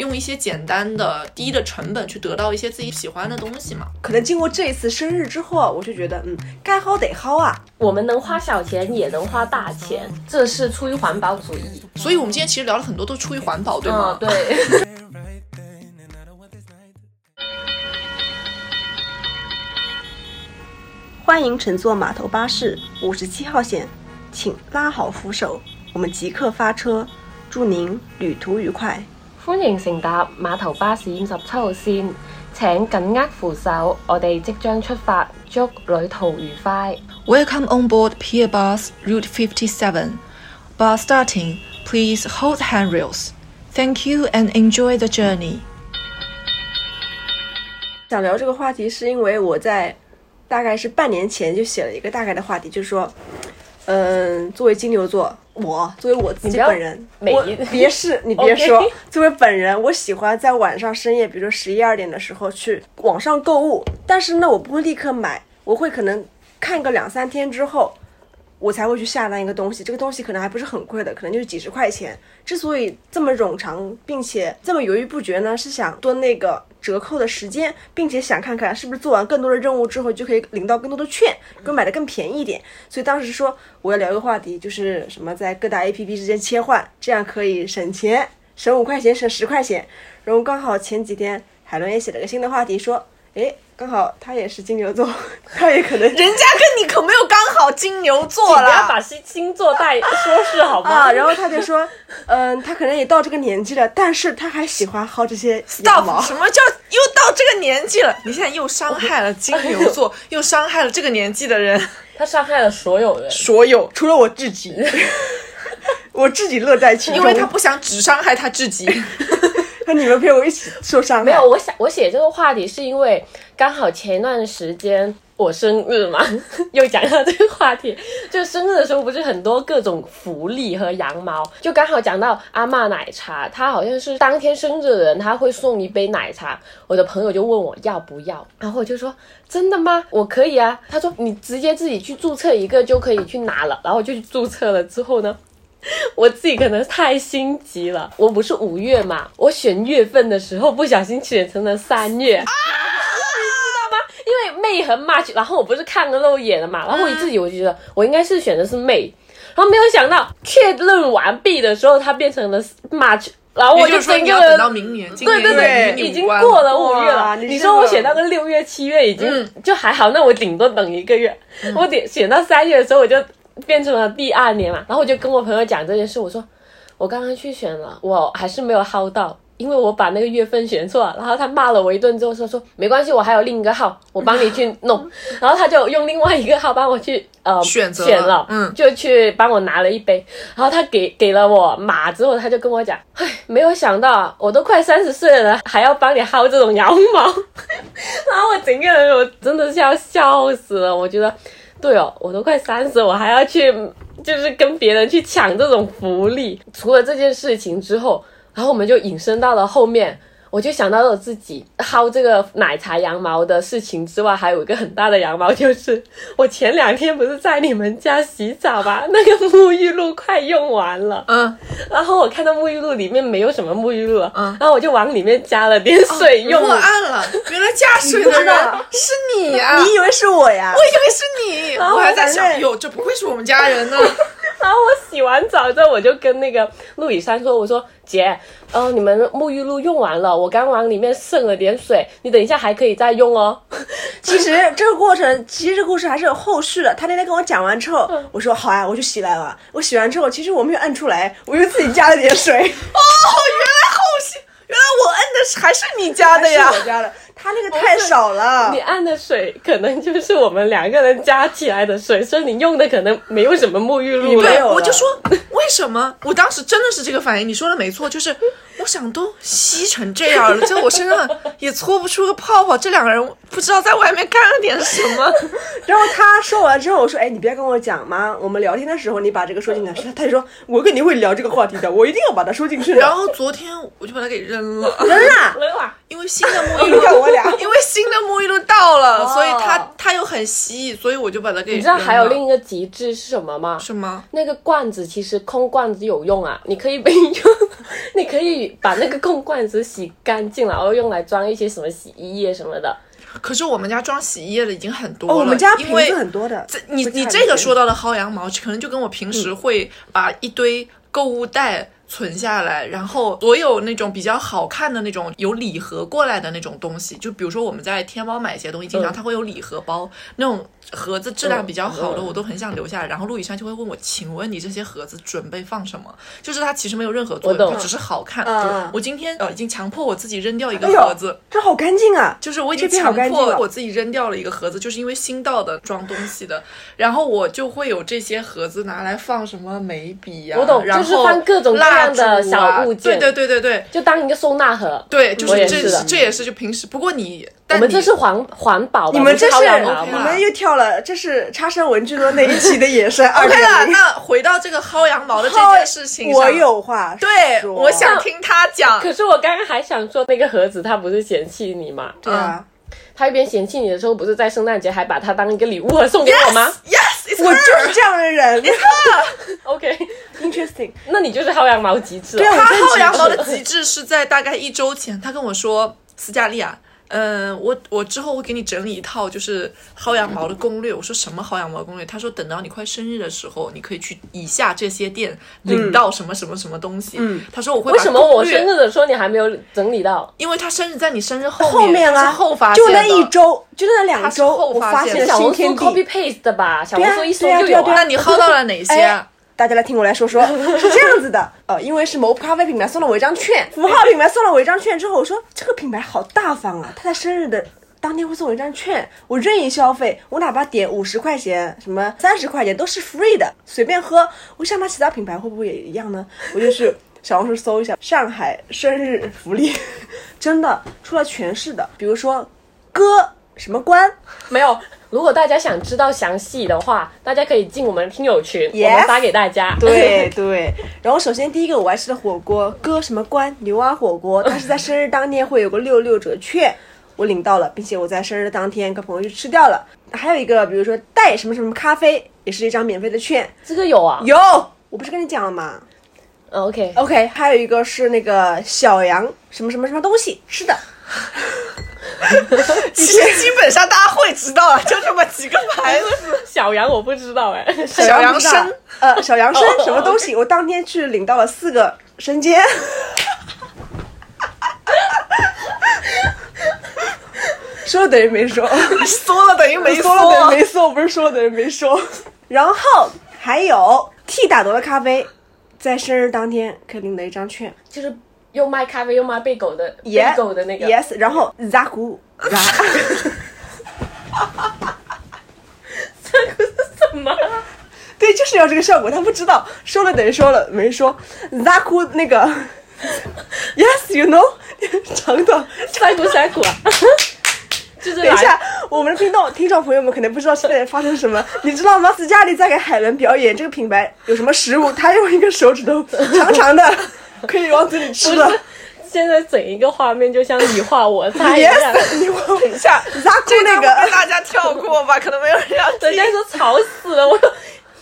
用一些简单的、低的成本去得到一些自己喜欢的东西嘛。可能经过这一次生日之后啊，我就觉得，嗯，该薅得薅啊。我们能花小钱，也能花大钱，这是出于环保主义。所以我们今天其实聊了很多，都出于环保，对吗？嗯，对。欢迎乘坐码头巴士五十七号线，请拉好扶手，我们即刻发车，祝您旅途愉快。歡迎乘搭碼頭巴士五十七號線，請緊握扶手，我哋即將出發，祝旅途愉快。 Welcome on board Pier Bus Route 57. Bus starting. Please hold handrails. Thank you and enjoy the journey. 想聊这个话题，是因为我在大概是半年前就写了一个大概的话题，就是说，嗯，作为金牛座，我作为我自你己不要本人，每我一 别是你别说 OK 作为本人，我喜欢在晚上深夜，比如说十一二点的时候去网上购物，但是呢，我不会立刻买，我会可能看个两三天之后。我才会去下单一个东西，这个东西可能还不是很贵的，可能就是几十块钱。之所以这么冗长，并且这么犹豫不决呢，是想蹲那个折扣的时间，并且想看看是不是做完更多的任务之后就可以领到更多的券，给我买的更便宜一点。所以当时说我要聊一个话题，就是什么在各大 APP 之间切换，这样可以省钱，省五块钱，省十块钱。然后刚好前几天海伦也写了个新的话题，说，诶，刚好他也是金牛座， 他也可能人家跟你可没有刚好金牛座不要啦。把星星座带说事好吗？啊，然后他就说，嗯，他可能也到这个年纪了，但是他还喜欢薅这些羊 Stop！毛。什么叫又到这个年纪了？你现在又伤害了金牛 座，又伤害了这个年纪的 人，他伤害了所有人。所有除了我自 己，我自己乐在其中。因为他不想只伤害他自 己。和你们陪我一起受伤害。没有，我想我写这个话题是因为刚好前一段时间我生日嘛， 又讲到这个话题，就生日的时候不是很多各种福利和羊毛，就刚好讲到阿嬷奶茶，她好像是当天生日的人，她会送一杯奶茶，我的朋友就问我要不要，然后我就说真的吗？我可以啊，他说你直接自己去注册一个就可以去拿了，然后我就去注册了之后呢，我自己可能太心急了，我不是五月嘛，我选月份的时候不小心选成了三月，啊你知道吗？因为妹和 March，然后我不是看了肉眼了嗯嘛，然后我自己我就觉得我应该是选的是妹，然后没有想到确认完毕的时候它变成了 March，然后我也就是说，整你个要等人到明年，今对年对已对，经已经无关过了五月哇了。你你这说我个写到个六月、七月已经、嗯就还好，那我顶多等一个月。我点选到三月的时候，我就变成了第二年嘛。然后我就跟我朋友讲这件事，我说我刚刚去选了，我还是没有薅到。因为我把那个月份选错了，然后他骂了我一顿之后说说没关系，我还有另一个号，我帮你去 弄。然后他就用另外一个号帮我去呃选择选了了，嗯就去帮我拿了一杯。然后他给给了我码之后，他就跟我讲，唉，没有想到啊，我都快三十岁了，还要帮你薅这种羊毛。然后我整个人我真的是要笑死了，我觉得，对哦，我都快三十，我还要去就是跟别人去抢这种福利。除了这件事情之后，然后我们就引申到了后面。我就想到了自己薅这个奶茶羊毛的事情之外，还有一个很大的羊毛，就是我前两天不是在你们家洗澡吧， 那个沐浴露快用完了，嗯，然后我看到沐浴露里面没有什么沐浴露了，嗯然后我就往里面加了点水用。破案了，原来加水的人啊是你呀、你以为是啊我呀？我以为是你，然后我还在想，反正哟，这不会是我们家人呢。 然后我洗完澡之后，我就跟那个陆以山说：“我说姐，呃，你们沐浴露用完了，我刚往里面剩了点水，你等一下还可以再用哦。其实这个过程，其实这个故事还是有后续的。他那天跟我讲完之后，我说好呀、我去洗来了。我洗完之后，其实我没有按出来，我又自己加了点 水。哦，原来后续，原来我摁的是还是你家的呀还是。我加的，哦他那个太少了你。按的水可能就是我们两个人加起来的水，所以你用的可能没有啊什么沐浴露没了对，有。了我就说为什么？我当时真的是这个反应，你说的没错，就是我想都吸成这样了，在我身上也搓不出个泡泡。这两个人不知道在外面干了点什 么。然后他说完之后，我说：“哎，你不要跟我讲嘛，我们聊天的时候你把这个说进来。”他他就说：“我肯定会聊这个话题的，我一定要把它说进去的。”然后昨天我就把它给扔了， 人啦，啊扔了。因为新的沐浴 你看露，我俩，因为新的沐浴露到了，所以它它它又很稀，所以我就把它给哦你知道还有一另一个极致是什么吗？什么？那个罐子其实空罐子有用啊，你可以被用， 你可以把那个空罐子洗干净了，然后用来装一些什么洗衣液什么的。可是我们家装洗衣液的已经很多了，哦，我们家因瓶为子很多的。这你不你差这一个点说到的薅羊毛，可能就跟我平时会把一堆购物袋存下来，然后所有那种比较好看的那种有礼盒过来的那种东西，就比如说我们在天猫买一些东西，经嗯常它会有礼盒包，那种盒子质量比较好的，嗯嗯我都很想留下来。然后陆以山就会问我，请问你这些盒子准备放什么？就是它其实没有任何作我用，懂它只是好看嗯嗯。我今天呃已经强迫我自己扔掉一个哎呦盒子。这好干净啊！就是我已经这边好强干净迫了我自己扔掉了一个盒子，就是因为新到的装东西的，然后我就会有这些盒子拿来放什么眉笔呀、我懂然就是后放各种各样的蜡烛啊小物件对对对对对就当一个收纳盒。对，就我也这是的这也是就平时，不过你我但们你这是环环保吧，你们这不是薅羊毛，OK 你啦嘛？们又跳了，这是差生文具多那一期的 野生二 OK 了。点零。那回到这个薅羊毛的这件事情上，我有话说，对，我想听他讲。可是我刚刚还想说，那个盒子它不是嫌弃你吗？对啊，嗯他一边嫌弃你的时候，不是在圣诞节还把它当一个礼物啊送给我吗 Yes，it's 我就是这样 的人。 ？OK， Interesting，那你就是薅羊毛极致了。对啊他 我真薅羊毛极致的极致是在大概一周前，他跟我说斯嘉丽啊。嗯，我我之后会给你整理一套就是薅羊毛的攻略。我说什么薅羊毛攻略？他说等到你快生日的时候，你可以去以下这些店领到什么什么什么东西。嗯，他说我会把 为什么我攻略生日的时候你还没有整理到？因为他生日在你生日后 后面他啊，是后发现的就那一周，就那两他是周，后我发发现现的了小新红书天地。copy paste 的吧？小对红啊书一搜对啊就对啊有对啊那你薅到了哪些？啊哎大家来听我来说说，是这样子的，呃，因为是某咖啡品牌送了我一张券，符号品牌送了我一张券之后，我说这个品牌好大方啊，他在生日的当天会送我一张券，我任意消费，我哪怕点五十块钱、什么三十块钱都是 free 的，随便喝。我想他其他品牌会不会也一样呢？我就 去小红书搜一下上海生日福利， 真的出了全市的，比如说歌什么关，没有。如果大家想知道详细的话，大家可以进我们听友群 Yes 我们发给大家。 对对，然后首先第一个我爱吃的火锅，哥什么关牛蛙火锅，它是在生日当天会有个六六折券，我领到了，并且我在生日当天跟朋友去吃掉了。还有一个，比如说带什么什么咖啡，也是一张免费的券。这个有啊。有，我不是跟你讲了吗嗯 OK， ？OK，还有一个是那个小杨什么什么什么东西吃的，其实基本上大家会知道啊，就这么几个牌子。小羊我不知道哎。小杨不知道参，呃，小杨参哦什么东西？我当天去领到了四个生煎。 说等于没说，缩了等于没说了等于没说，不是说了等于没说。然后还有 T 打头的咖啡，在生日当天可以领的一张券，就是又卖咖啡又卖贝狗的也贝狗的那个。 yes，然后 Zaku 什么？ 对，就是要这个效果。他不知道，说了等于说了，没说。Zaku 那个，Yes，you know，长的。山谷山谷啊！ 就是等一来下，我们的听众听众朋友们可能不知道现在发生什么，你知道吗？斯嘉丽在给海伦表演这个品牌有什么食物，她用一个手指头长长的，可以往嘴里吃的不。现在整一个画面就像你画 我猜一样， yes，你问我一下，下，扎库那这段我个跟大家跳过吧，可能没有人要人听。家都吵死了，我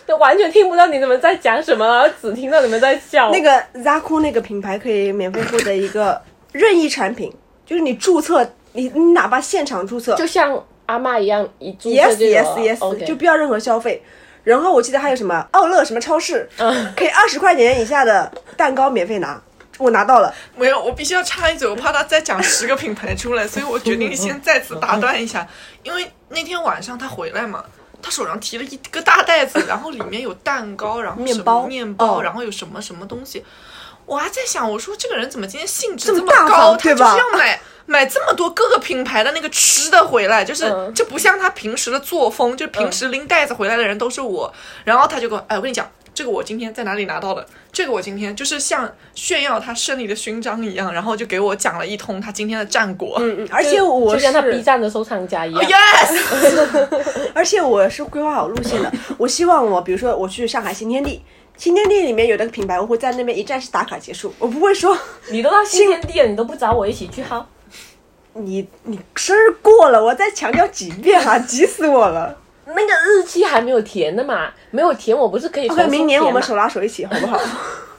都完全听不到你们在讲什么，然后只听到你们在笑。那个 Zaku 那个品牌可以免费获得一个任意产品， 就是你注册，你你哪怕现场注册就像阿嬷一样，一注册 yes 就有了 yes yes， OK 就不要任何消费。然后我记得还有什 么奥乐什么超市，嗯可以二十块钱以下的蛋糕免费拿，我拿到了。没有，我必须要插一嘴，我怕他再讲十个品牌出来，所以我决定先再次打断一下，因为那天晚上他回来嘛。他手上提了一个大袋子，然后里面有蛋糕，然后面什么包面包，哦然后有什么什么东西，我还在想，我说这个人怎么今天兴致这么么大高？方他对就是吧要买买这么多各个品牌的那个吃的回来，就是嗯这不像他平时的作风，就平时拎袋子回来的人都是我。然后他就跟我，哎，我跟你讲，这个我今天在哪里拿到的？这个我今天就是像炫耀他胜利的勋章一样，然后就给我讲了一通他今天的战果。嗯嗯，而且我就是像他 B 站的收藏家一哎样。 Yes，而且我是规划好路 线的。我希望我，比如说我去上海新天地，新天地里面有的品牌，我会在那边一站式打卡结束，我不会说你都到新天地了，你都不找我一起去薅？你你生日过了，我再强调几遍啊，急死我了。那个日期还没有填的嘛，没有填我不是可以重 OK，新明年我填们嘛手拉手一起，好不好？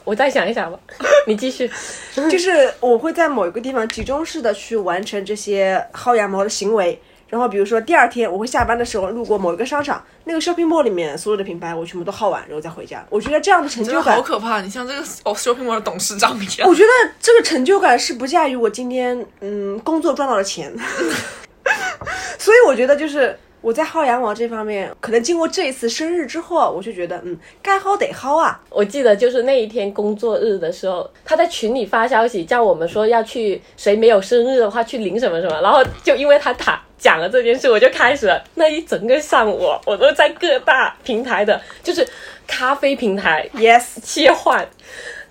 我再想一想吧， 你继续。 就是我会在某一个地方集中式的去完成这些薅羊毛的行为。然后比如说第二天我会下班的时候路过某一个商场，那个 shopping mall 里面所有的品牌我全部都薅完，然后再回家。我觉得这样的成真就的感 好可怕！你像这个哦，shopping mall 的董事长一样我，觉得这个成就感是不亚于我今天嗯工作赚到了钱，所以我觉得就是我在薅羊毛这方面，可能经过这一次生日之后啊，我就觉得嗯该薅得薅啊，我记得就是那一天工作日的时候，他在群里发消息叫我们说要去谁没有生日的话去领什么什么，然后就因为他打讲了这件事，我就开始了那一整个上午，我都在各大平台的，就是咖啡平台 yes 切换。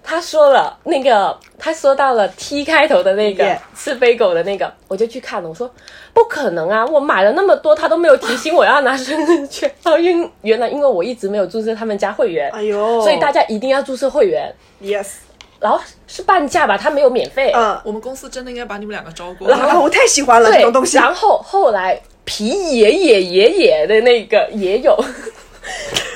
他说了那个，他说到了 T 开头的那个 Yeah 是飞狗的那个，我就去看了。我说不可能啊，我买了那么多，他都没有提醒我要拿身份证。然后哦因原来因为我一直没有注册他们家会员，哎呦，所以大家一定要注册会员， yes，然后是半价吧，它没有免费。嗯， 我们公司真的应该把你们两个招过然来。后我太喜欢了这对种东，西，然后后来皮爷爷爷爷的那个也 有。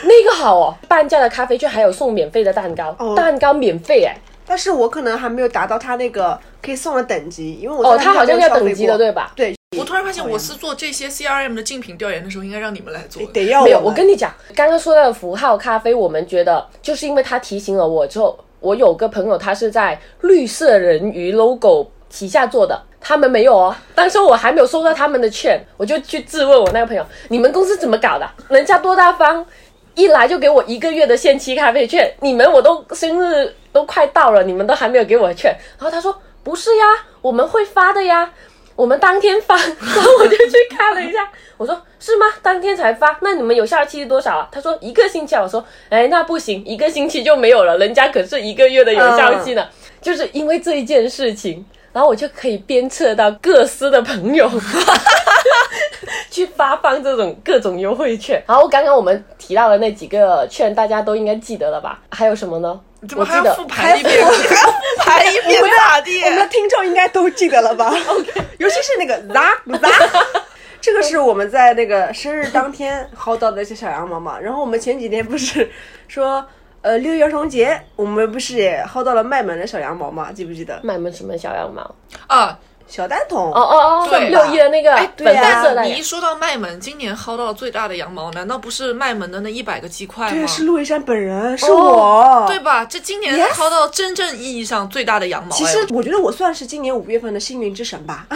那个好哦，半价的咖啡券还有送免费的蛋糕，哦蛋糕免费哎！但是我可能还没有达到他那个可以送的等级，因为我哦，在它好家像没要有消费等级的过对吧？对，我突然发现，我是做这些 CRM 的竞品调研的时候，应该让你们来做的。得要没有，我我跟你讲，刚刚说到的符号咖啡，我们觉得就是因为他提醒了我之后，我有个朋友他是在绿色人鱼 logo 旗下做的。他们没有哦，当时我还没有收到他们的券，我就去质问我那个朋友，你们公司怎么搞的？人家多大方，一来就给我一个月的限期咖啡券，你们我都生日都快到了，你们都还没有给我券。然后他说不是呀，我们会发的呀，我们当天发，然后我就去看了一下，我说是吗？当天才发，那你们有效期是多少啊？他说一个星期啊。我说，哎，那不行，一个星期就没有了，人家可是一个月的有效期呢。就是因为这一件事情，然后我就可以鞭策到各司的朋友。去发放这种各种优惠券，然后刚刚我们提到的那几个券，大家都应该记得了吧？还有什么呢？你怎我么还记要得复盘一 遍？还要复哎盘一遍咋地？我们的听众应该都记得了吧 ？OK，尤其是那个啦啦， 这个是我们在那个生日当天薅到的一些小羊毛嘛。然后我们前几天不是说，呃，六一儿童节我们不是也薅到了卖萌的小羊毛嘛？记不记得？卖萌什么小羊毛？哦啊，小蛋筒哦哦，对啊六一的那个哎对粉啊色的那你个一。说到卖萌，今年薅到了最大的羊毛，难道不是卖萌的那一百个鸡块对，吗？是陆一山本人，是哦我。对吧？这今年 Yes 薅到真正意义上最大的羊毛。其哎实我觉得我算是今年五月份的幸运之神 吧。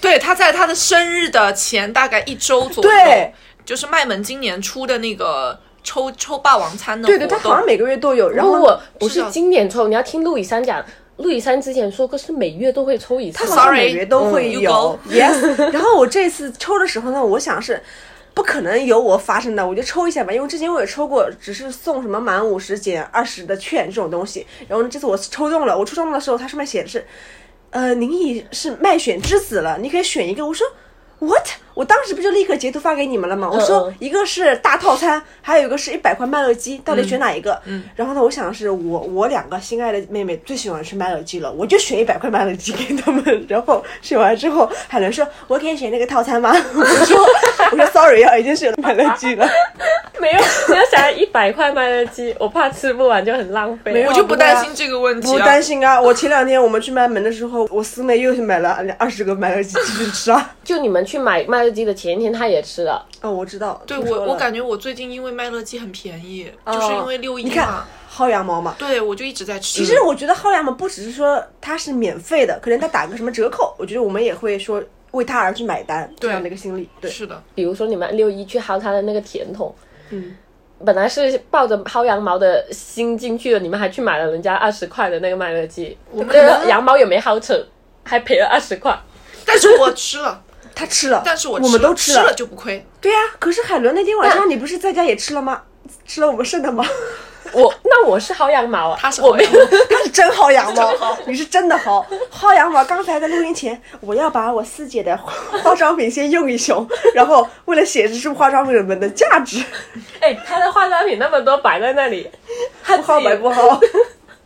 对，他在他的生日的前大概一周左右，对，就是卖萌今年出的那个抽抽霸王餐的活对动，对，他好像每个月都有。然然后后我不是啊是的今年抽，你要听陆以山讲，陆以山之前说过是每月都会抽一次他嘛。好像 Sorry 每月都会嗯有、yes。然 后我这次抽的时候呢，我想是不可能有我发生的，我就抽一下吧，因为之前我也抽过，只是送什么满五十减二十的券这种东西。然后呢，这次我抽中了，我抽中的时候它上面写的是，呃，您已是麦选之子了，你可以选一个。我说。What？我当时不就立刻截图发给你们了吗？我嗯说嗯一个是大套餐，还有一个是一百块麦乐鸡，到底选哪一个？嗯，然后呢，我想的是我我两个心爱的妹妹最喜欢吃麦乐鸡了，我就选一百块麦乐鸡给他们。然后 选完之后，海伦说：“我可以选那个套餐吗？”我说：“我说 sorry 啊，已经选了麦乐鸡了。没有，你要想一百块麦乐鸡，我怕吃不完就很浪费。没有我就不担心这个问”题不啊担。心啊，我前两天我们去卖萌的时候，我师妹又去买了二十个麦乐鸡继续吃啊。就你们去买麦乐鸡的前一天，他也吃了。 哦，我知道，对听说我，了哦我感觉我最近因为麦乐鸡很便宜，就是因为六一你看嘛，薅羊毛嘛。对我就一直在吃。其实我觉得薅羊毛不只是说它是免费的，可能它打个什么折扣，我觉得我们也会说为它而去买单这对样的一个心理。对，是的，比如说你们六一去薅他的那个甜筒，嗯，本来是抱着薅羊毛的心进去的，你们还去买了人家二十块的那个麦乐鸡，我可能羊毛也没薅成，还赔了二十块。但是我吃了，他吃了，但是我我们都吃吃了就不亏。对呀、可是海伦那天晚那上你不是在家也吃了吗？吃了我们剩的吗？ 我那我是薅羊毛啊，他是我没有 薅羊毛他是真薅羊毛，你是真的薅薅羊毛。刚才在录音前，我要把我四姐的化化妆品先用一用，然后为了显示出化妆品们的价值，哎，他的化妆品那么多摆在那里，他不薅白不薅。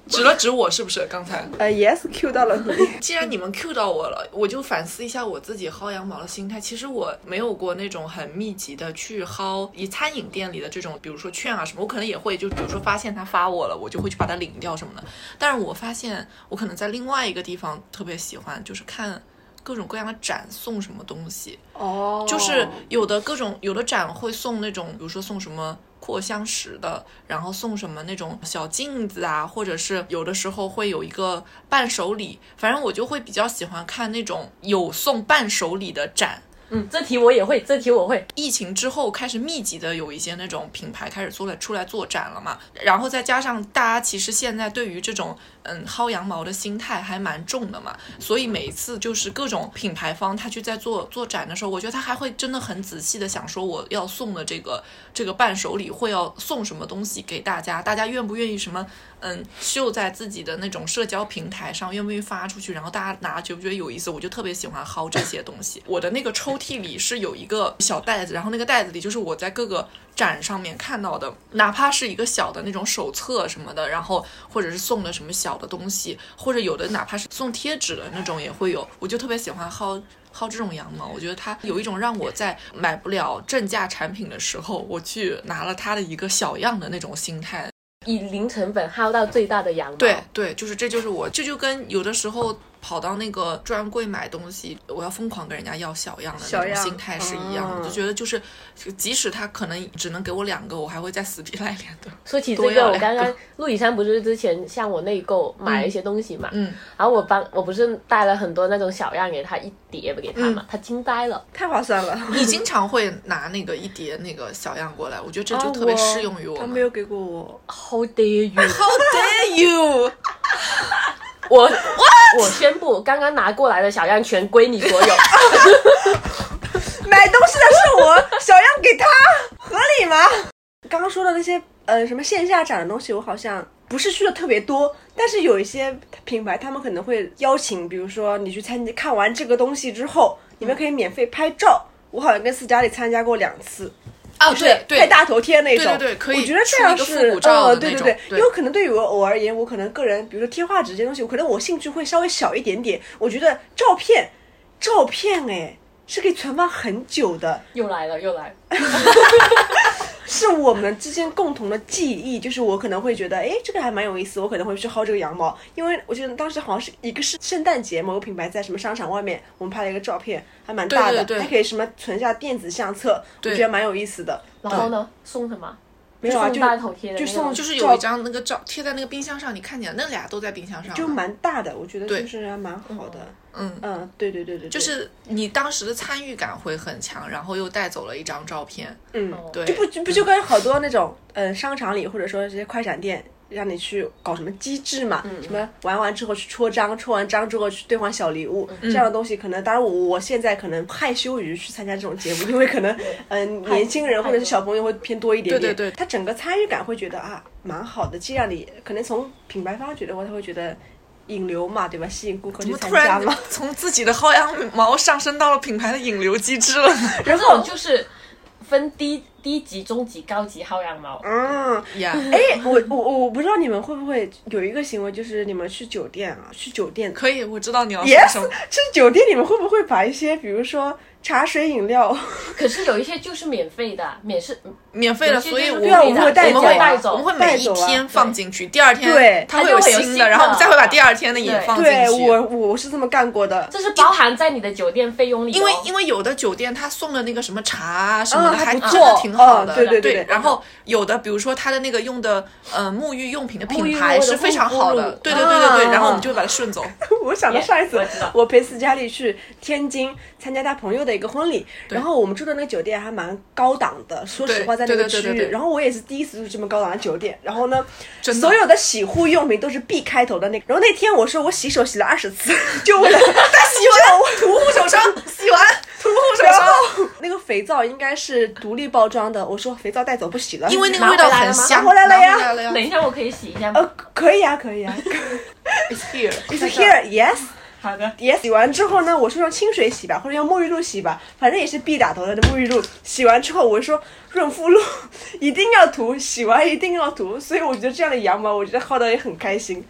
指了指我，是不是？刚才呃，yes，Q 到了你， 既然你们 cue 到我了，我就反思一下我自己薅羊毛的心态。其实我没有过那种很密集的去薅以餐饮店里的这种，比如说券啊什么，我可能也会就比如说发现他发我了，我就会去把它领掉什么的。但是我发现我可能在另外一个地方特别喜欢，就是看各种各样的展送什么东西。哦，就是有的各种有的展会送那种，比如说送什么扩香石的，然后送什么那种小镜子啊，或者是有的时候会有一个伴手礼，反正我就会比较喜欢看那种有送伴手礼的展。嗯，这题我也会，这题我会。疫情之后开始密集的有一些那种品牌开始出来出来做展了嘛，然后再加上大家其实现在对于这种嗯薅羊毛的心态还蛮重的嘛，所以每一次就是各种品牌方他去在做做展的时候，我觉得他还会真的很仔细的想说我要送的这个这个伴手礼会要送什么东西给大家，大家愿不愿意什么嗯秀在自己的那种社交平台上，愿不愿意发出去，然后大家拿觉不觉得有意思？我就特别喜欢薅这些东西。 我的那个抽屉里是有一个小袋子，然后那个袋子里就是我在各个展上面看到的，哪怕是一个小的那种手册什么的，然后或者是送的什么小的东西，或者有的哪怕是送贴纸的那种也会有，我就特别喜欢薅。薅这种羊毛，我觉得它有一种让我在买不了正价产品的时候，我去拿了它的一个小样的那种心态，以零成本薅到最大的羊毛。啊对对，就是这就是我，这就跟有的时候跑到那个专柜买东西，我要疯狂跟人家要小样的小那种样啊心态是一样的，嗯就觉得就是即使他可能只能给我两个，我还会再死皮赖脸的。说起这多要个，我两刚刚个陆以山不是之前向我内购买了一些东西嘛，嗯，然后我帮我不是带了很多那种小样给他一叠给他嘛，他惊呆了。太划算了。你经常会拿那个一叠那个小样过来，我觉得这啊就特别我适用 于我他们。没有给过我， How dare you！ How dare you！我我宣布，刚刚拿过来的小样全归你所有。 买东西的是我，小样给他，合理吗？刚刚说的那些呃什么线下展的东西，我好像不是去的特别多，但是有一些品牌他们可能会邀请，比如说你去参加看完这个东西之后，你们可以免费拍照。我好像跟斯嘉丽参加过两次，啊，对对，拍对，大头贴那种，对对对可以我觉得这样出一个是复古照的呃，对那对种对，对因为可能对于我我而言，我可能个人，比如说贴画纸这些东西，我可能我兴趣会稍微小一点点。我觉得照片，照片哎是可以存放很久的，又来了，又来了。是我们之间共同的记忆。就是我可能会觉得，哎，这个还蛮有意思，我可能会去薅这个羊毛，因为我记得当时好像是一个是圣诞节，某个品牌在什么商场外面，我们拍了一个照片，还蛮大的，对对对还可以什么存下电子相册，我觉得蛮有意思的。然后呢？送什么？没有啊，就就送大头贴的就那送种就是照有一张那个照贴在那个冰箱上，你看见那俩都在冰箱上就嘛蛮大的，我觉得对就是还蛮好的。嗯嗯，对对对对，对就是你当时的参与感会很强，然后又带走了一张照片，嗯，哦对，就不就不就跟好多那种呃商场里或者说这些快闪店。让你去搞什么机制嘛？嗯什么玩完之后去戳章，戳完章之后去兑换小礼物，嗯这样的东西可能，当然我我现在可能害羞于去参加这种节目，因为可能嗯、年轻人或者是小朋友会偏多一点点。对对对他整个参与感会觉得啊蛮好的，既让你可能从品牌方觉得话，他会觉得引流嘛，对吧？吸引顾客去我参突加然 嘛。从自己的薅羊毛上升到了品牌的引流机制 了。这种就是分低低级、中级、高级薅羊毛。嗯，呀，哎，我我我我不知道你们会不会有一个行为，就是你们去酒店啊，去酒店， 可以，我知道你要说 Yes 什么。去酒店你们会不会把一些，比如说茶水饮料，可是有一些就是免费的，免是免费的，有些所以就是我对啊，我们们会会带走我们会我啊，带走们会每一天放进去，第二天对它会有它就会有新新的然后我们再会把第二天的也放进对去。我我是这么干过的，这是包含在你的酒店费用里、哦。因为因为有的酒店它送的那个什么茶啊什么嗯的，还还不真错的挺好的。嗯对对对对对然后有的比如说它的那个用的呃沐浴用品的沐浴品牌露是非常好护肤的露，对对对对对。啊然后我们就会把它顺走。我想到 Yeah，上一次我知道我陪斯嘉丽去天津参加她朋友的一个婚礼，然后我们住的那个酒店还蛮高档的，说实话在那个对区对对对域，对然后我也是第一次住这么高档的酒店，然后呢， 真的所有的洗护用品都是 B 开头的那个，然后那天我说我洗手洗了二十次， 就为了 洗完涂护手手霜洗完涂护手然霜。后那个肥皂应该是独立包装的，我说肥皂带走不洗了，因为那个拿味道回来很了吗香，拿回来了呀拿回来了呀等一下我可以洗一下吗？呃可以啊可以啊 It's here， ，It's here yes。它的。也洗完之后呢，我是用清水洗吧，或者用沐浴露洗吧，反正也是 B 打头的沐浴露。洗完之后，我说润肤露一定要涂，洗完一定要涂。所以我觉得这样的羊毛，我觉得薅的也很开心。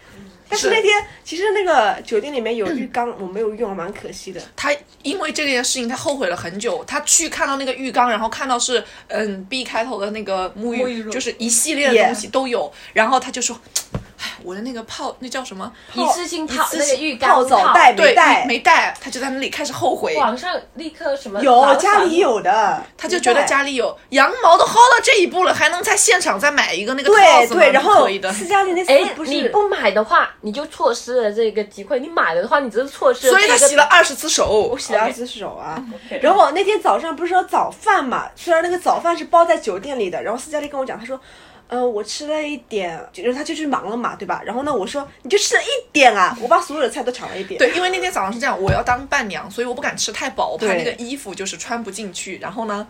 但是是那天其实那个酒店里面有浴缸，我没有用，蛮可惜的。他因为这件事情，他后悔了很久。他去看到那个浴缸，然后看到是嗯 B 开头的那个沐浴，沐浴露就是一系列的 Yeah 东西都有。然后他就说：“哎，我的那个泡，那叫什么？一次性泡一次那个性浴缸泡澡袋对，带没带。”他就在那里开始后悔，网上立刻什么有老家里散有的，他就觉得对家里有羊毛都薅到这一步了，还能在现场再买一个那个套对子吗对，然不后可以的。斯嘉丽那哎次，不你是不买的话，你就错失了这个机会；你买了的话，你只是错失了所以这他个。洗了 二十次手我，洗了二次手 啊。然后那天早上不是说早饭嘛，虽然那个早饭是包在酒店里的，然后斯嘉丽跟我讲，她说。呃，我吃了一点，就是她就去忙了嘛，对吧？然后呢，我说你就吃了一点啊，我把所有的菜都尝了一遍。对，因为那天早上是这样，我要当伴娘，所以我不敢吃太饱，我怕对那个衣服就是穿不进去。然后呢，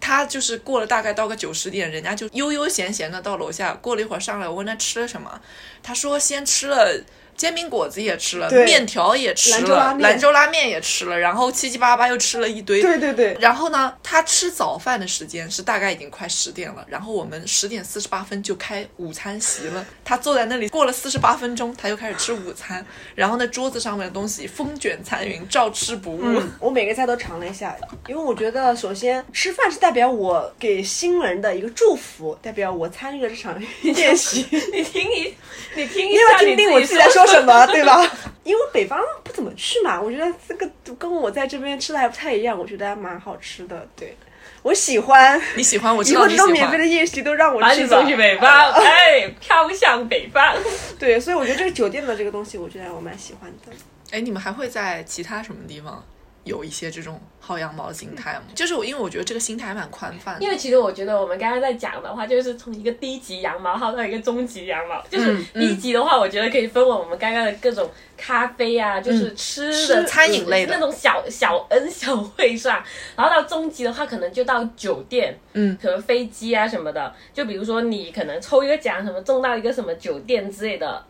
他就是过了大概到个九十点，人家就悠悠闲闲的到楼下。过了一会儿上来，我问他吃了什么，他说先吃了。煎饼果子也吃了，对面条也吃兰州拉了，面兰州拉面也吃了，然后七七八八又吃了一堆。对对对，然后呢，他吃早饭的时间是大概已经快十点了，然后我们十点四十八分就开午餐席了。他坐在那里过了四十八分钟，他又开始吃午餐，然后那桌子上面的东西风卷残云，照吃不误。嗯我每个菜都尝了一下，因为我觉得首先吃饭是代表我给新人的一个祝福，代表我参与了这场 宴席。你听一，你 听一你要下听你听我自自己己在说说什么，对吧？ 因为北方不怎么去嘛，我觉得这个跟我在这边吃的还不太一样，我觉得还蛮好吃的。对，我喜欢。你喜欢，我知以道后你这喜种免费欢。的宴席都让我把你去吧送。去北方， 哎，飘向北方。对，所以我觉得这个酒店的这个东西，我觉得我蛮喜欢的。哎，你们还会在其他什么地方有一些这种薅羊毛的心态吗？嗯就是我，因为我觉得这个心态还蛮宽泛因的。为其实我觉得我们刚刚在讲的话，就是从一个低级羊毛薅到一个中级羊嗯毛。就是低级的话，我觉得可以分为我们刚刚的各种咖啡啊，就是吃的、吃餐饮类的那种小小恩小惠上。然后到中级的话，可能就到酒店，嗯，可能飞机啊什么的。就比如说你可能抽一个奖，什么中到一个什么酒店之类的。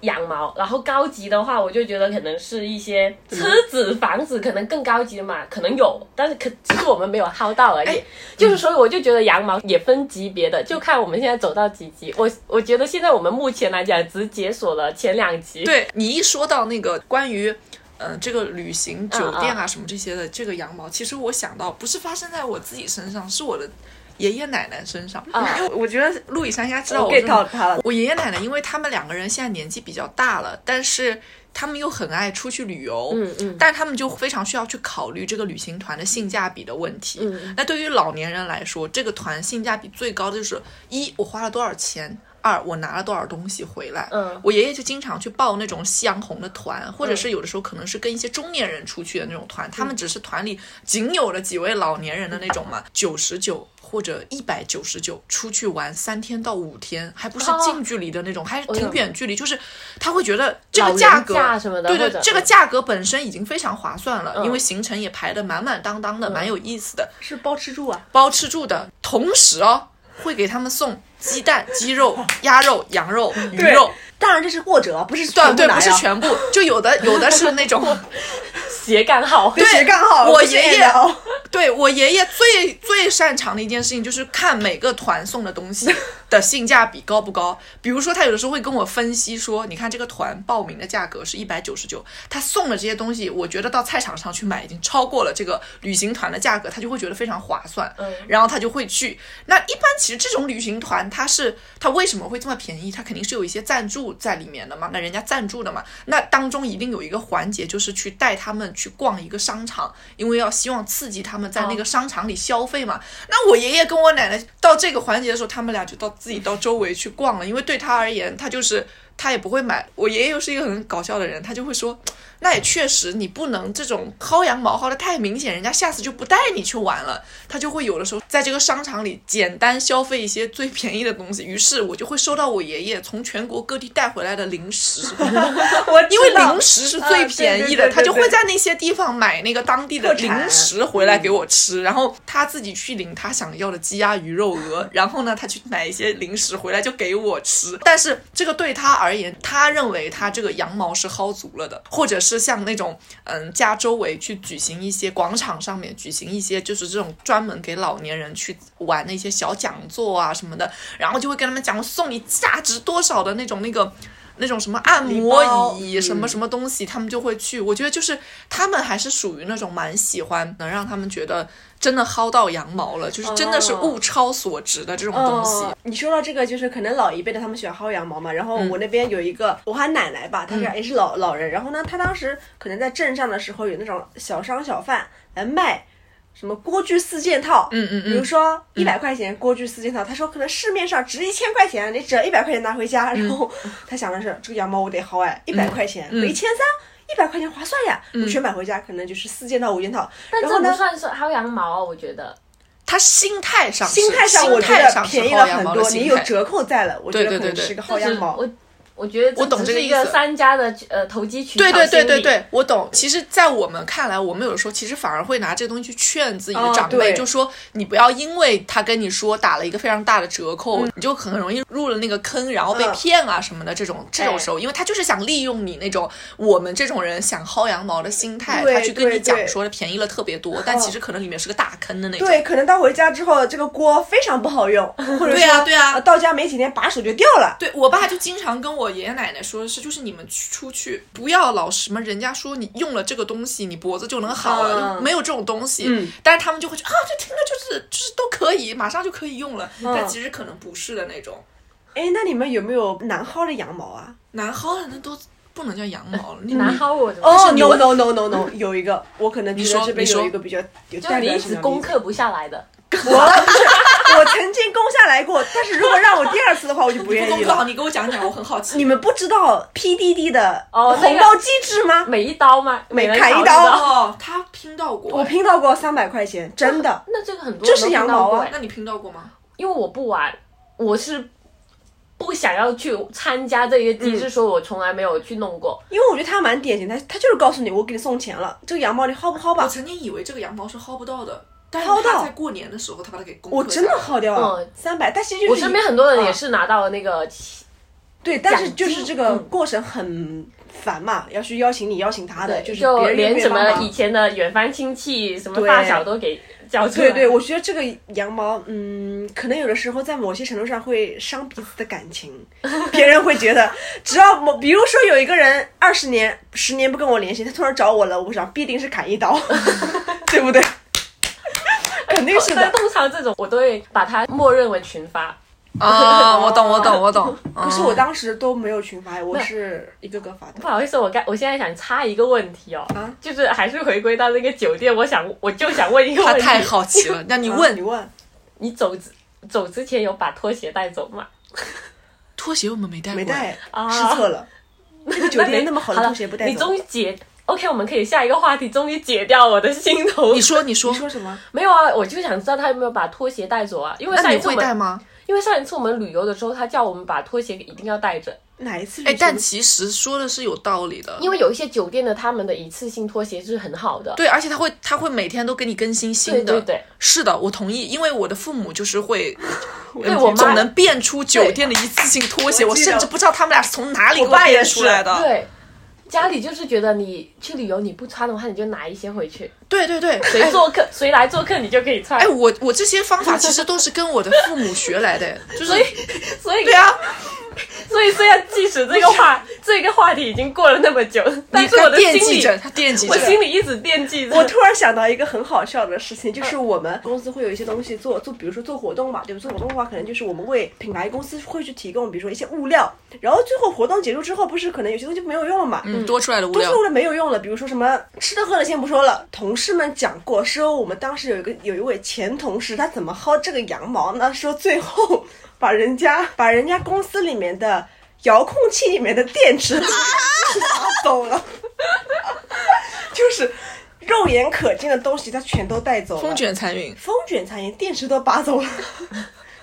羊毛，然后高级的话，我就觉得可能是一些车子、房子，可能更高级的嘛，可能有，但是可只是我们没有薅到而已。哎就是所以我就觉得羊毛也分级别的，就看我们现在走到几级。我我觉得现在我们目前来讲只解锁了前两级，对你一说到那个关于，嗯、这个旅行、酒店啊什么这些的，这个羊毛，其实我想到不是发生在我自己身上，是我的爷爷奶奶身上。啊因为我觉得陆以山应该知道哦我我 get 是 到他了。我爷爷奶奶，因为他们两个人现在年纪比较大了，但是他们又很爱出去旅游，嗯嗯但是他们就非常需要去考虑这个旅行团的性价比的问题。嗯那对于老年人来说，这个团性价比最高的就是一我花了多少钱，二我拿了多少东西回来。嗯我爷爷就经常去报那种夕阳红的团，或者是有的时候可能是跟一些中年人出去的那种团，嗯他们只是团里仅有的几位老年人的那种嘛，九十九。或者一百九十九出去玩三天到五天，还不是哦近距离的那种，还是挺懂远距离。就是他会觉得这个老价人格价什么的对或者对，这个价格本身已经非常划算了，嗯因为行程也排得满满当当的，蛮有意思的。是包吃住啊？包吃住的，同时哦，会给他们送鸡蛋、鸡肉、鸭肉、羊肉、嗯鱼肉，当然这是或者啊，不是全对部对，拿不是呀全部，就有的有的是 那种，斜杠号， 对斜杠号。我不是爷爷 NL 对我爷爷最最擅长的一件事情就是看每个团送的东西的性价比高不高。 比如说，他有的时候会跟我分析说，你看这个团报名的价格是一百九十九，他送的这些东西，我觉得到菜场上去买已经超过了这个旅行团的价格，他就会觉得非常划算。嗯然后他就会去。那一般其实这种旅行团，它是它为什么会这么便宜？它肯定是有一些赞助在里面的嘛。那人家赞助的嘛，那当中一定有一个环节就是去带他们去逛一个商场，因为要希望刺激他们在那个商场里消费嘛。那我爷爷跟我奶奶到这个环节的时候，他们俩就到自己到周围去逛了，因为对他而言，他就是。他也不会买。我爷爷又是一个很搞笑的人，他就会说，那也确实，你不能这种薅羊毛薅的太明显，人家下次就不带你去玩了。他就会有的时候在这个商场里简单消费一些最便宜的东西，于是我就会收到我爷爷从全国各地带回来的零食， 我知因为道零食是最便宜啊对对对对的，对他就会在那些地方买那个当地的零食回来给我吃，然后他自己去领他想要的鸡鸭鱼肉鹅，然后呢，他去买一些零食回来就给我吃。但是这个对他而言，他认为他这个羊毛是薅足了的，或者是像那种嗯家周围去举行一些广场上面举行一些就是这种专门给老年人去玩的一些小讲座啊什么的，然后就会跟他们讲我送你价值多少的那种那个。那种什么按摩礼包椅、什么什么东西，他们就会去。我觉得就是他们还是属于那种蛮喜欢能让他们觉得真的薅到羊毛了，就是真的是哦物超所值的这种东西。嗯，你说到这个，就是可能老一辈的他们喜欢薅羊毛嘛。然嗯后我那边有一个，我喊奶奶吧，她是也哎是老老人。然后呢，她当时可能在镇上的时候有那种小商小贩来卖。什么锅具四件套，嗯嗯嗯比如说一百块钱锅具四件套，他说可能市面上值一千块钱，你只要一百块钱拿回家，嗯然后他想的是这个羊毛我得薅哎，一百块钱一千三，一百块钱划算呀，嗯我全买回家可能就是四件套五件套，但然后这呢不算是薅羊毛啊，我觉得。他心态上是，心态上我觉心态得上是便宜薅了羊很毛的多，心你有态折扣在了，我觉得对对可能对对是个薅羊毛。我我觉得我懂这这只个是一意思个商家的呃投机取巧对对对对心理对，我懂。其实，在我们看来，我们有时候其实反而会拿这东西去劝自己的哦长辈，对就说你不要因为他跟你说打了一个非常大的折扣，你就很容易入了那个坑，然后被嗯骗啊什么的。这种这种时候，因为他就是想利用你那种我们这种人想薅羊毛的心态，对他去跟你对讲对哦说便宜了特别多，但其实可能里面是个大坑的那种。对，可能到回家之后，这个锅非常不好用，或者对啊说对啊呃到家没几天把手就掉了。对我爸就经常跟我爷爷奶奶说的是，就是你们去出去不要老什么，人家说你用了这个东西，你脖子就能好了，嗯就没有这种东西。但是他们就会觉得啊，这听着就是就是都可以，马上就可以用了，嗯但其实可能不是的那种。哎，那你们有没有难薅的羊毛啊？男薅的那都不能叫羊毛了，嗯你难薅我怎么？哦、你 no 问 no no no no，有一 个，我可能你觉得说这边你说有一个比较有就是代你表一性直的攻例子克不下来的。我不是，我 曾经攻下来过，但是如果让我第二次的话，我就不愿功意课好，了。你给我讲讲，我很好奇。你们不知道 PDD 的哦那红个包机制 吗？每一刀吗？每人砍一砍刀哦，他拼到过，我。拼到过三百块钱，真的。那这个很多这人是都羊看到毛过啊哎那你拼到过吗？因为我不玩，我是不想要去参加这些机制，说我从来没有去弄过。因为我觉得他蛮典型的，他就是告诉你，我给你送钱了，这个羊毛你薅不薅我吧？曾经以为这个羊毛是薅不到的，但是薅他到在过年的时候，他把它给攻克我真的 下来了薅掉了嗯三百，但其实就是我身边很多人也是拿到了那个，对，但是就奖是金这个嗯过程很烦嘛，要去邀请你邀请他的，就是别人连愿意什么帮忙以前的远方亲戚、什么对发小都给叫出 来。对对，我觉得这个羊毛，嗯，可能有的时候在某些程度上会伤彼此的感情，别人会觉得，只要某，比如说有一个人二十年、十年不跟我联系，他突然找我了，我想必定是砍一刀， 对不对？ 肯定是但 的。通常这种我都会把它默认为群发，啊，我懂，我懂，我 懂。可可是我当时都没有群发，我是一个个发的不。好意思，我刚我现在想插一个问题哦，啊就是还是回归到那个酒店，我想我就想问一个他问题，太好奇了，那你啊问你问，你走之走之前有把拖鞋带走吗？拖鞋我们没带过，没带，啊失策了。那个酒那店没那么好的了拖鞋不带你走终，于解，OK，我们可以下一个话题，终于解掉我的心头你。说你说你，说什么？没有啊，我就想知道他有没有把拖鞋带走啊，因为那上一你次我会带们，吗？因为上一次我们旅游的时候，他叫我们把拖鞋一定要带着，哪一次旅哎行？，但其实说的是有道理的，因为有一些酒店的他们的一次性拖鞋是很好的，对，而且他会他会每天都给你更新新对的，对对，是的，我同意，因为我的父母就是会，呃对我妈总能变出酒店的一次性拖鞋，我我记得甚至不知道他们俩是从哪里给我爸也变是出来的，对，家里就是觉得你去旅游你不穿的话，你就拿一些回去，对对对，谁做客、谁来做客你就可以穿。哎，我我这些方法其实都是跟我的父母学来的，就是所以，所以对，啊，所以虽然即使这个话这个话题已经过了那么久， 但你是我他的惦心记着，里，他惦记我着。心里一直惦记着。我突然想到一个很好笑的事情，就是我们公司会有一些东西做做，比如说做活动嘛，对吧？做活动的话，可能就是我们为品牌公司会去提供，比如说一些物料，然后最后活动结束之后，不是可能有些东西没有用了嘛，嗯，多出来的物多料说了没有用了，比如说什么吃的喝的先不说了，同事们讲过说我们当时有一个有一位前同事，他怎么薅这个羊毛呢？说最后把人家 把人家公司里面的遥控器里面的电池 拿走了，就是肉眼可见的东西他全都带走了，风卷残云， 风卷残云，电池都拔走了。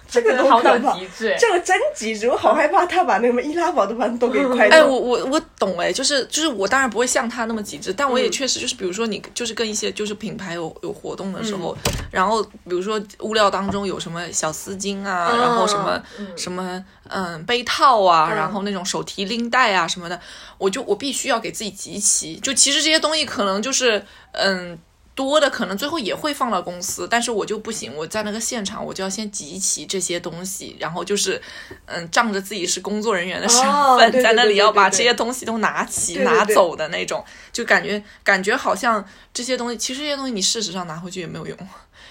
这个真的多好可到怕！极致，这个真极致，我好害怕他把那个什么易拉宝的玩 都给快走。哎，我我我懂哎，就是就是我当然不会像他那么极致，但我也嗯确实就是，比如说你就是跟一些就是品牌有有活动的时候，嗯然后比如说物料当中有什么小丝巾啊，嗯嗯然后什么、什么嗯杯套啊，然后那种手提拎带啊什么的，我就我必须要给自己集齐。就其实这些东西可能就是嗯。多的可能最后也会放到公司，但是我就不行，我在那个现场我就要先集齐这些东西，然后就是，嗯，仗着自己是工作人员的身份，哦对对在那对里对要把对这对些东西都拿齐对对拿对走的那种，就感觉感觉好像这些东西，其实这些东西你事实上拿回去也没有用，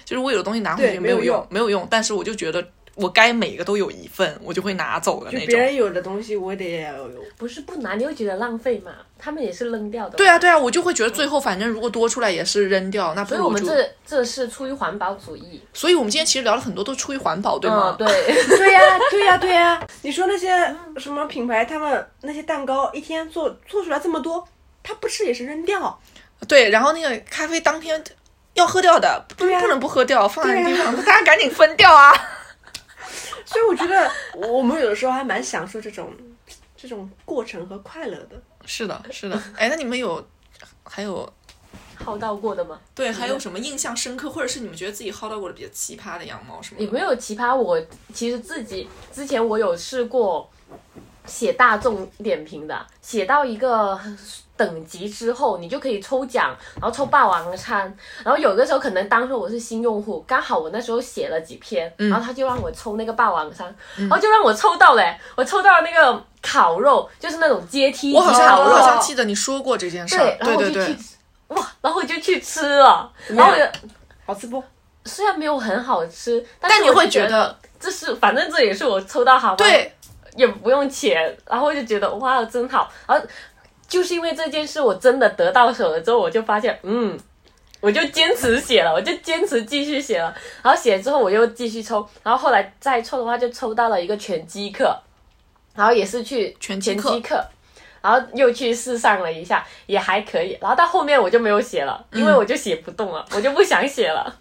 就是我有的东西拿回去对也没没有有用用，没有用，但是我就觉得我该每个都有一份，我就会拿走的就那别种。人有的东西，我得要有。不是不拿，你会觉得浪费嘛？他们也是扔掉的。对啊，对啊，我就会觉得最后反正如果多出来也是扔掉，那不所以如我们就这这是出于环保主义。所以我们今天其实聊了很多都出于环保，对吗？嗯，对。 对呀、对呀、对呀、你说那些什么品牌，他们那些蛋糕一天做做出来这么多，他不吃也是扔掉。对，然后那个咖啡当天要喝掉的，不、对啊不能不喝掉，放在对地啊方，大家赶紧分掉 啊！所以我觉得我我们有的时候还蛮享受这种这种过程和快乐的。是的，是的。哎，那你们有还有薅到过的吗？对还有什么印象深刻，或者是你们觉得自己薅到过的比较奇葩的羊毛什么有的？没有奇葩我？其实自己之前我有试过写大众点评的，写到一个等级之后，你就可以抽奖，然后抽霸王餐。然后有的时候可能当时我是新用户，刚好我那时候写了几篇，嗯然后他就让我抽那个霸王餐，然后就让我抽到嘞、我抽到那个烤肉，就是那种阶梯级我好像烤我肉，好像记得你说过这件事儿对，，然后对我就对去对，吃哇，然后我就去吃了，然后我就好吃不？虽然没有很好吃，但但是你我会就觉觉啊得这是反正这也是我抽到好吗，对，也不用钱，然后我就觉得哇哦真好，然后就是因为这件事我真的得到手了之后，我就发现嗯。我就坚持写了，我就坚持继续写了，然后写之后我又继续抽，然后后来再抽的话就抽到了一个拳击课，然后也是去拳击击课课，然后又去试上了一下，也还可以。然后到后面我就没有写了，因嗯为我就写不动了，我就不想写了。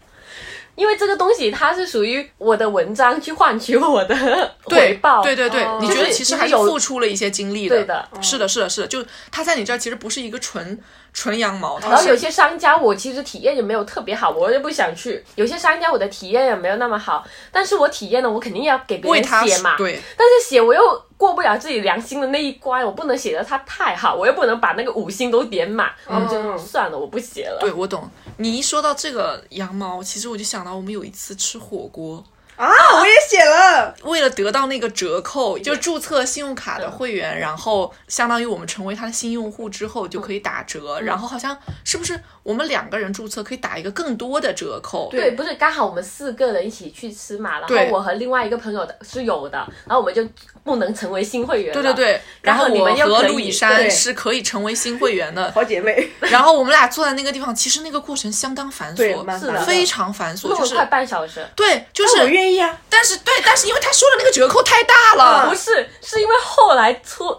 因为这个东西它是属于我的文章去换取我的 回对报，啊对对对，哦你觉就得是其其实实还是有付出了一些精力的。对的嗯是的，是的，是的，就他在你这儿其实不是一个纯纯羊毛，然他后有哦是些商家我其实体验也没有特别好，我就不想去。有些商家我的体验也没有那么好，但是我体验了，我肯定要给别为人他写嘛。对但是写我又过不了自己良心的那一关，我不能写的它太好，我又不能把那个五星都点满，然后就算了，我不写了。嗯对，我懂。你一说到这个羊毛，其实我就想到我们有一次吃火锅，啊，我也写了。为了得到那个折扣，就注册信用卡嗯的会员，然后相当于我们成为他的新用户之后嗯就可以打折，然后好像是不是我们两个人注册可以打一个更多的折扣？对，不是刚好我们四个人一起去吃嘛，然后对我和另外一个朋友的是有的，然后我们就不能成为新会员了。对对对，然然后后你我们又和可以陆以山对是可以成为新会员的，好姐妹，然后我们俩坐在那个地方，其实那个过程相当繁对蛮琐，是的非常繁琐，弄就了是快半小时。对，就我是，愿意啊。但是对，但是因为他说的那个折扣太大了不，是，是因为后来出，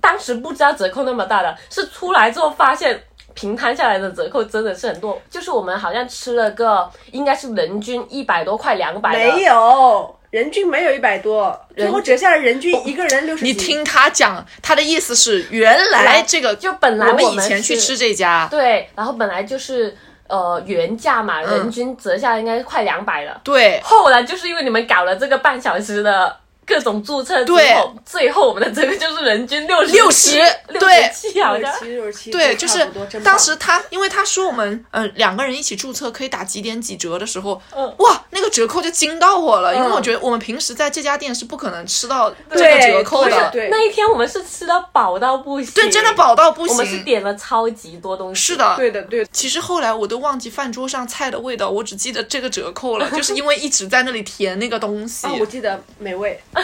当时不知道折扣那么大的，是出来之后发现平摊下来的折扣真的是很多，就是我们好像吃了个应该是人均一百多块两百的，没有，人均没有一百多，最后均折下来人均一个人六十。你，听他讲，他的意思是原来哎这个就本来我们我以们前去是吃这家，对，然后本来就是呃原价啊嘛，人均折下来应该快两百了，对后来就是因为你们搞了这个半小时的。各种注册之对后，最后我们的折扣就是人均六十60对七好像七六十七，对，就差是不多真棒当时他，因为他说我们嗯、呃两个人一起注册可以打几点几折的时候，嗯哇，那个折扣就惊到我了，因为嗯我觉得我们平时在这家店是不可能吃到这对个折扣的，对那一天我们是吃到饱到不行，对真的饱到不我们是行。点了超级多东西。是，的，对的对的，其实后来我都忘记饭桌上菜的味道，我只记得这个折扣了，就是因为一直在那里填那个东西。啊，我记得美味。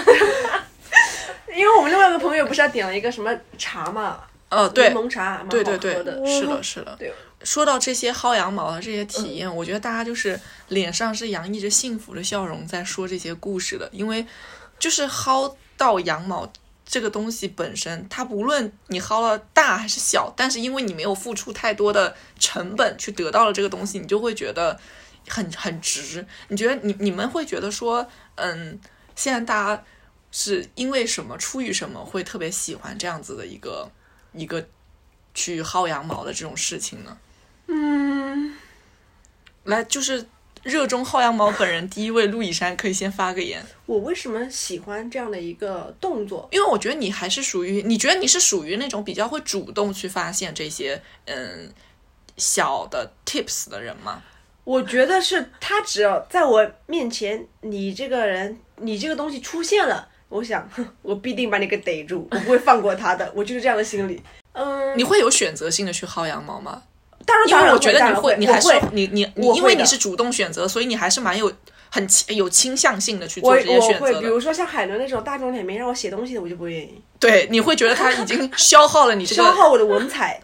因为我们另外一个朋友不是还点了一个什么茶嘛，呃，对柠，檬茶，蛮好对对喝对的，。嗯是的，是的对。说到这些薅羊毛的这些体验，我觉得大家就是脸上是洋溢着幸福的笑容，在说这些故事的，因为就是薅到羊毛。这个东西本身，它不论你薅了大还是小，但是因为你没有付出太多的成本去得到了这个东西，你就会觉得很 很值。你觉得你你们会觉得说，嗯，现在大家是因为什么，出于什么会特别喜欢这样子的一个一个去薅羊毛的这种事情呢？嗯，来就是。热衷薅羊毛本人第一位陆以山可以先发个言，我为什么喜欢这样的一个动作？因为我觉得你还是属于，你觉得你是属于那种比较会主动去发现这些嗯小的 tips 的人吗？我觉得是他只要在我面前，你这个人，你这个东西出现了，我想， 哼，我必定把你给逮住，我不会放过他的，我就是这样的心理。嗯，你会有选择性的去薅羊毛吗？当然，因当为然我觉得当你然会，你我还是会你你你，我因为会的你是主动选择，所以你还是蛮有很倾有倾向性的去我做这些选我会，择比的如。说像海伦那种大众点评让我写东西的，我就不愿意，对，你会觉得他已经消耗了你这消个，耗我的文采。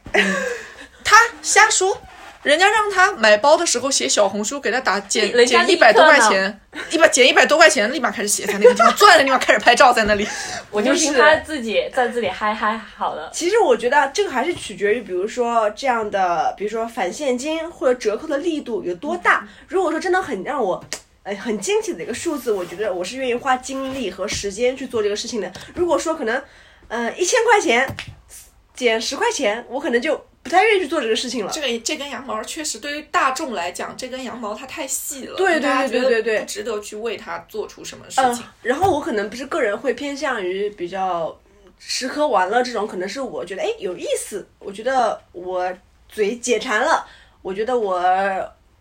他瞎说。人家让他买包的时候写小红书，给他打减人家减一立百多刻块呢钱，一百减一百多块钱，立马开始写在那个地 方，钻在那地方开始拍照，在那里。我就听是他自己在这里嗨嗨好了。其实我觉得这个还是取决于，比如说这样的，比如说返现金或者折扣的力度有多大。如果说真的很让我，哎，很惊喜的一个数字，我觉得我是愿意花精力和时间去做这个事情的。如果说可能，呃，一千块钱减十块钱，我可能就不太愿意去做这个事情了。 这个这根羊毛确实对于大众来讲，这根羊毛它太细了，对对大家对觉得对对不值得去为它做出什么事嗯情。，然后我可能不是个人会偏向于比较吃喝玩乐这种，可能是我觉得哎有意思，我觉得我嘴解馋了，我觉得我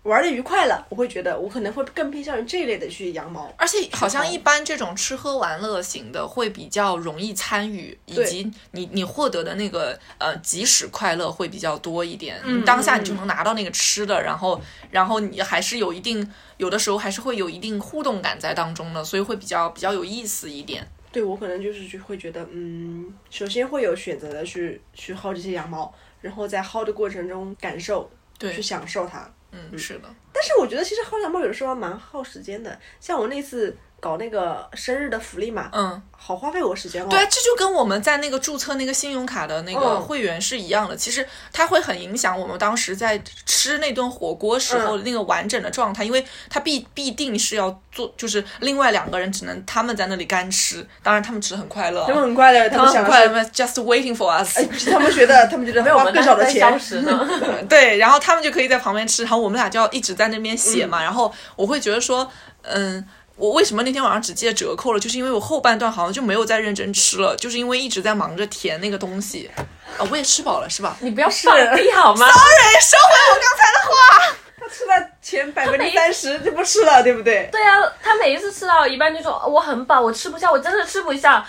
玩的愉快了，我会觉得我可能会更偏向于这一类的去羊毛。而且好像一般这种吃喝玩乐型的会比较容易参与，以对及你你获得的那个呃即时快乐会比较多一点。你当下你就能拿到那个吃的，然后然后你还是有一定有的时候还是会有一定互动感在当中的，所以会比较比较有意思一点。对我可能就是就会觉得，嗯，首先会有选择的去去薅这些羊毛，然后在薅的过程中感受，对去享受它。嗯，是的，但是我觉得其实薅羊毛有的时候蛮耗时间的，像我那次搞那个生日的福利嘛，嗯。好花费我时间哦。对啊，这就跟我们在那个注册那个信用卡的那个嗯会员是一样的。其实它会很影响我们当时在吃那顿火锅时候嗯那个完整的状态，因为它必必定是要做，就是另外两个人只能他们在那里干吃，当然他们吃得很快乐啊，他们很快乐，他他们们很想快乐，just waiting for us。他们觉得他们觉得花我们更少的在消钱，失呢，对，然后他们就可以在旁边吃，然后我们俩就要一直在那边写嘛。然后我会觉得说，嗯，我为什么那天晚上只记得折扣了，就是因为我后半段好像就没有再认真吃了，就是因为一直在忙着填那个东西。啊，我也吃饱了是吧？你 不要放屁好吗？哎，收回我刚才的话。吃到前百分之三十就不吃了，对不对？对啊，他每一次吃到一半就说哦我很饱，我吃不下，我真的吃不下，啊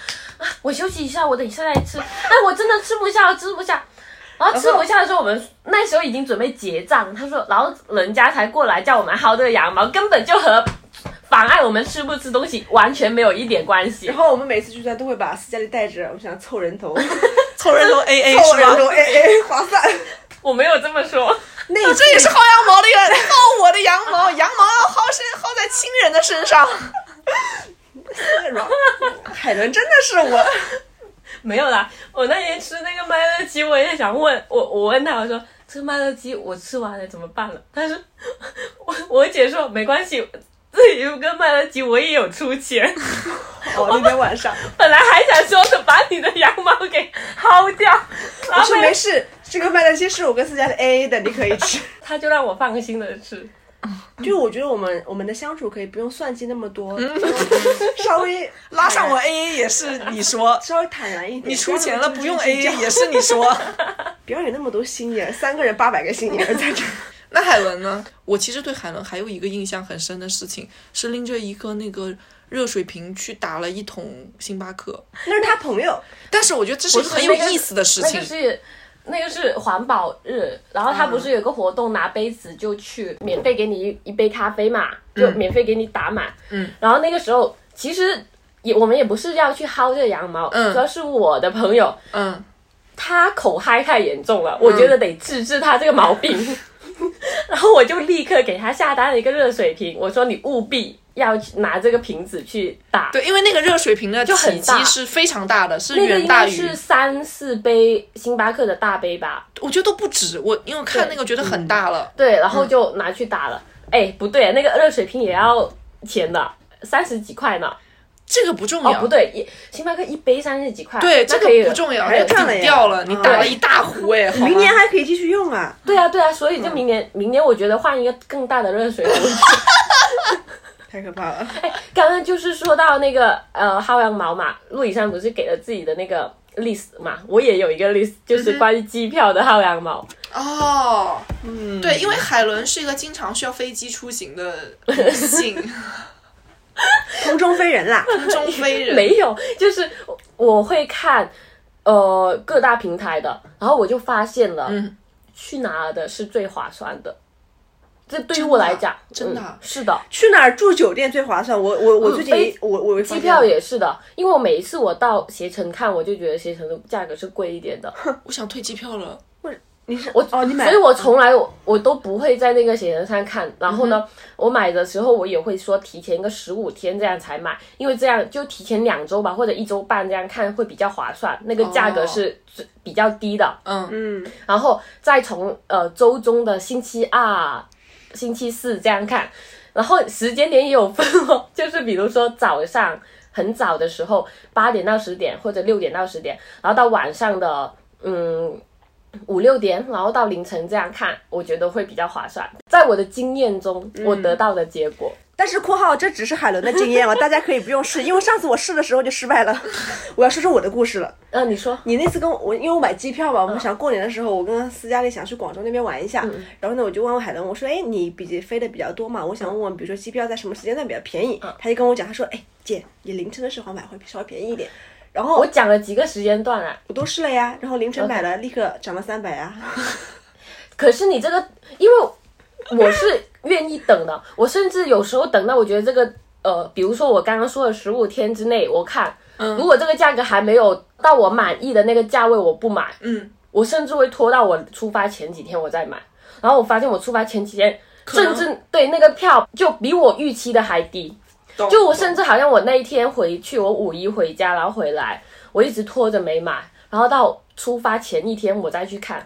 我休息一下，我等一下再吃。哎，我真的吃不下，我吃不下。然后吃不下的时候，我们那时候已经准备结账，他说，然后人家才过来叫我们薅这个羊毛，根本就和妨碍我们吃不吃东西完全没有一点关系然。后我们每次聚餐都会把斯嘉丽带着，我想凑人头， 凑凑人头 A A 是人吧？头，哎哎，划算。我没有这么说， 那一次这也是薅羊毛的一个薅我的羊毛，羊毛要薅身薅在亲人的身上。海伦真的 是我， 没有啦。我那天吃那个麦乐鸡，我也想问我，我问他，我说这个麦乐鸡我吃完了怎么办了？他说 我我姐说没关系，这一个麦乐鸡我也有出钱， 哦，那天晚上啊本来还想说是把你的羊毛给薅掉，我然后说被没事，这个麦乐鸡是我跟斯嘉丽 AA 的，你可以吃。他就让我放心的吃。就我觉得我们我们的相处可以不用算计那么多，稍微嗯 拉上我 A A 也是你说，稍微坦然一点。哎 你出钱了不用 A A 也也是你说。不要有那么多心眼，三个人八百个心眼 在这儿。那海伦呢？ 我其实对海伦还有一个印象很深的事情，是拎着一个那个热水瓶去打了一桶星巴克。那是他朋友，但是我觉得这是一个不是很有那个意思的事那情。个是那个是环保日，然后他不嗯是有个活动，拿杯子就去免费给你一杯咖啡嘛，就免费给你打满。嗯，然后那个时候其实也我们也不是要去薅这个羊毛，嗯主要是我的朋友嗯，他口嗨太严重了，我觉得得治治他这个毛病。 然后我就立刻给他下单了一个热水瓶，我说你务必要去拿这个瓶子去打。对，因为那个热水瓶的就很体积大是非常大的，是那个远应大该于是三四杯星巴克的大杯吧，我觉得都不止。我因为我看对嗯那个觉得很大了。对，然后就拿去打了。哎、哎，不对，那个热水瓶也要钱的，三十几块呢。这个不重哦要，，不对，一星巴克一杯三十几块，对，这那可以个不重要，还是你看了呀顶掉了，你打啊了一大 壶哎，好吗明年还可以继续用啊。对啊，对啊，所以就嗯明年，明年我觉得换一个更大的 热水壶。太可怕了，刚刚就是说到那个呃薅羊毛嘛，陆以山不是给了自己的那个 list 嘛，我也有一个 list，就是嗯关于机票的薅羊毛。哦，嗯，对，因为海伦是一个经常需要飞机出行 的女性，空中飞人啦！空中飞人， 没有，就是我我会看呃各大平台的，然后我就发现了，嗯去哪儿的是最划算的。这对于我来讲，真的啊真的嗯啊是的，去哪儿住酒店最划算？我我我最近嗯飞也我我机票也是的，因为我每一次我到携程看，我就觉得携程的价格是贵 一点的，我想退机票了，你是我哦，你买所以我从来我我都不会在那个携程上看。然后呢，我买的时候我也会说提前个十五天这样才买，因为这样就提前两周吧，或者一周半这样看会比较划算，那个价格哦是最比较低的。嗯，嗯，然后再从呃周中的星期二、星期四这样看，然后时间点也有分哦，就是比如说早上很早的时候，八点到十点或者六点到十点，然后到晚上的嗯五六点，然后到凌晨这样看，我觉得会比较划算。在我的经验中，我得到的结果，但是（括号）这只是海伦的经验啊，大家可以不用试，因为上次我试的时候就失败了。 我要说说我的故事了。嗯、你说你那次跟我，我因为我买机票嘛，我们想过年的时候，我跟斯嘉丽想去广州那边玩一下，然后呢，我就问问海伦，我说，哎，你比飞的比较多嘛？我想问问，比如说机票在什么时间段比较便宜？他就跟我讲，他说，哎，姐，你凌晨的时候买会稍微便宜一点。然后我讲了几个时间段啊？我都试了呀，然后凌晨买了，立刻涨了三百啊。 可是你这个，因为我是愿意等的，我甚至有时候等到我觉得这个，呃，比如说我刚刚说的十五天之内，我看，如果这个价格还没有到我满意的那个价位，我不买，嗯，我甚至会拖到我出发前几天我再买，然后我发现我出发前几天，甚能至对那个票就比我预期的还低，懂就我甚至好像我那一天回去，我五一回家，然后回来，我一直拖着没买，然后到出发前一天我再去看，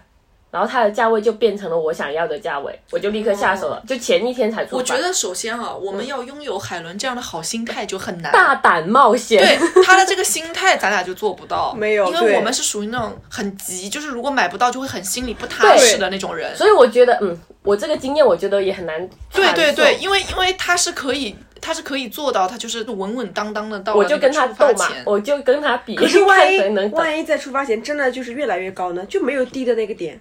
然后它的价位就变成了我想要的价位，我就立刻下手了，就前一天才出哦发。我觉得首先啊，我们要拥有海伦这样的好心态就很难。嗯大胆冒险，对他的这个心态，咱俩就做不到。没有因对为我们是属于那种很急，就是如果买不到就会很心里不踏实的那种人。所以我觉得，嗯，我这个经验我觉得也很难传对授。对对，因为因为他是可以，他是可以做到，他就是稳稳当当的到了我那就个跟他出发斗嘛前，我就跟他比，可是万一看谁能等。万一在出发前真的就是越来越高呢，就没有低的那个点，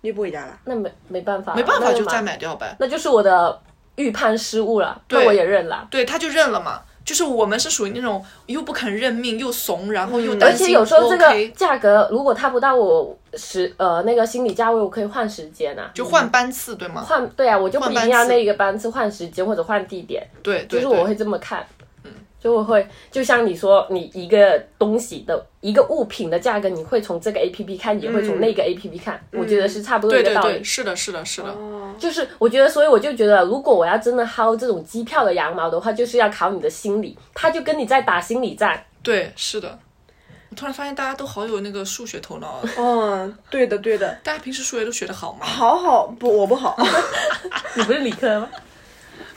你就不回家了。那没没办法，啊没办那法就买再买掉呗。那就是我的预判失误了，那对我也认了。对，他就认了嘛。就是我们是属于那种又不肯认命，又怂，然后又嗯而担心、且有时候这不个 OK, 价格，如果它不到我时呃那个心理价位，我可以换时间啊，就换班次，对吗？换对啊，我就不换一班定要次那个班次，换时间或者换地点，对，嗯就对是我对会这么看。就我会，就像你说，你一个东西的一个物品的价格，你会从这个 A P P 看，也会从那个 A P P 看，我觉得是差不多嗯一对个对道理哦对，。是的，是的，是的。嗯就是 我觉得，所以我就觉得，如果我要真的薅这种机票的羊毛的话，就是要考你的心理，他就跟你在打心理战。对，是的。我突然发现大家都好有那个数学头脑啊！ 嗯，对的对的，大家平时数学都学得好吗？ 好好不我不好，你不是理科吗？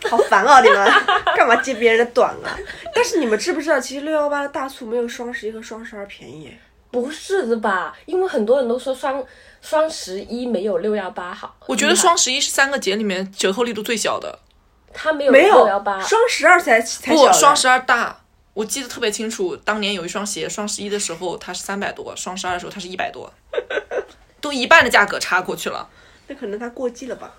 好烦啊你们， 干嘛揭别人的短啊？但是你们知不知道，其实六幺八的大促没有双十一和双十二便宜。不是的吧？因为很多人都说双双十一没有六幺八好，我觉得双十一是三个节里面折扣力度最小的，他没有没有六幺八，双十二才才小不，的双十二大。我记得特别清楚，当年有一双鞋，双十一的时候它是三百多，双十二的时候它是一百 多，都一半的价格差过去了。那可能它过季了吧？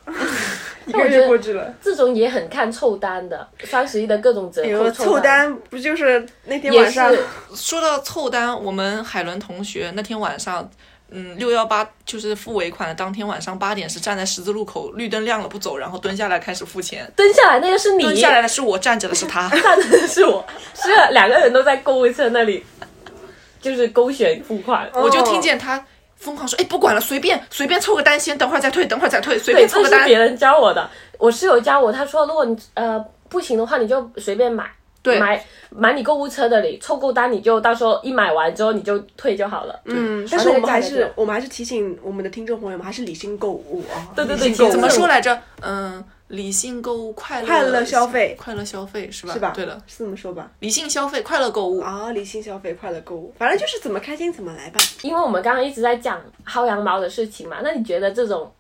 一我个觉得月过去了。这种也很看凑单的，双十一的各种折哎扣呦，凑凑单。单不就是那天也晚是上？说到凑单，我们海伦同学那天晚上，嗯，六幺八就是付尾款的当天晚上八点是站在十字路口，绿灯亮了不走，然后蹲下来开始付钱。蹲下来那个是你，蹲下来的是我，站着的是他。看的是我，是两个人都在购物车那里，就是勾选付款。我就听见他疯狂说：“哎，不管了，随便随便凑个单先，等会儿再退，等会儿再退，随对，便这凑个是单。别人教我的，我室友教我，他说如果你呃不行的话，你就随便买，对买买你购物车的里凑够单，你就到时候一买完之后你就退就好了。嗯，但是我那们个价还格是就我们还是提醒我们的听众朋友们，还是理性购物啊。对对对理性购怎物请么说来着？嗯，理性购物，快乐快乐消费快乐消费是吧？是吧？对了，是这么说吧？理性消费，快乐购物。啊，理性消费，快乐购物，反正就是怎么开心怎么来吧。因为我们刚刚一直在讲薅羊毛的事情嘛，那你觉得这种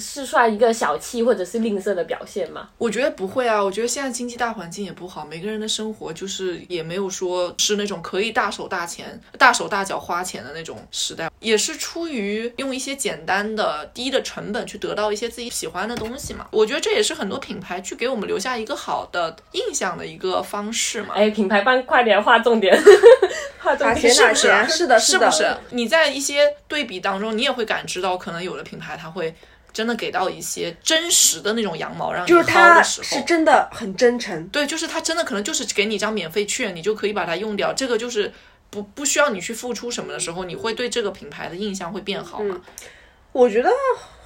是算一个小气或者是吝啬的表现吗？我觉得不会啊，我觉得现在经济大环境也不好，每个人的生活就是也没有说是那种可以大手大钱、大手大脚花钱的那种时代，也是出于用一些简单的、低的成本去得到一些自己喜欢的东西嘛。我觉得这也是很多品牌去给我们留下一个好的印象的一个方式啊嘛。哎，品牌方快点划重 点，划重打钱点是 打不是钱，呃是的，是的，不是？你在一些对比当中，你也会感知到，可能有的品牌它会真的给到一些真实的那种羊毛，让你就是薅他的时是候。真的很真诚，对，就是它真的可能就是给你一张免费券，你就可以把它用掉。这个就是不不需要你去付出什么的时候，你会对这个品牌的印象会变好嘛？我觉得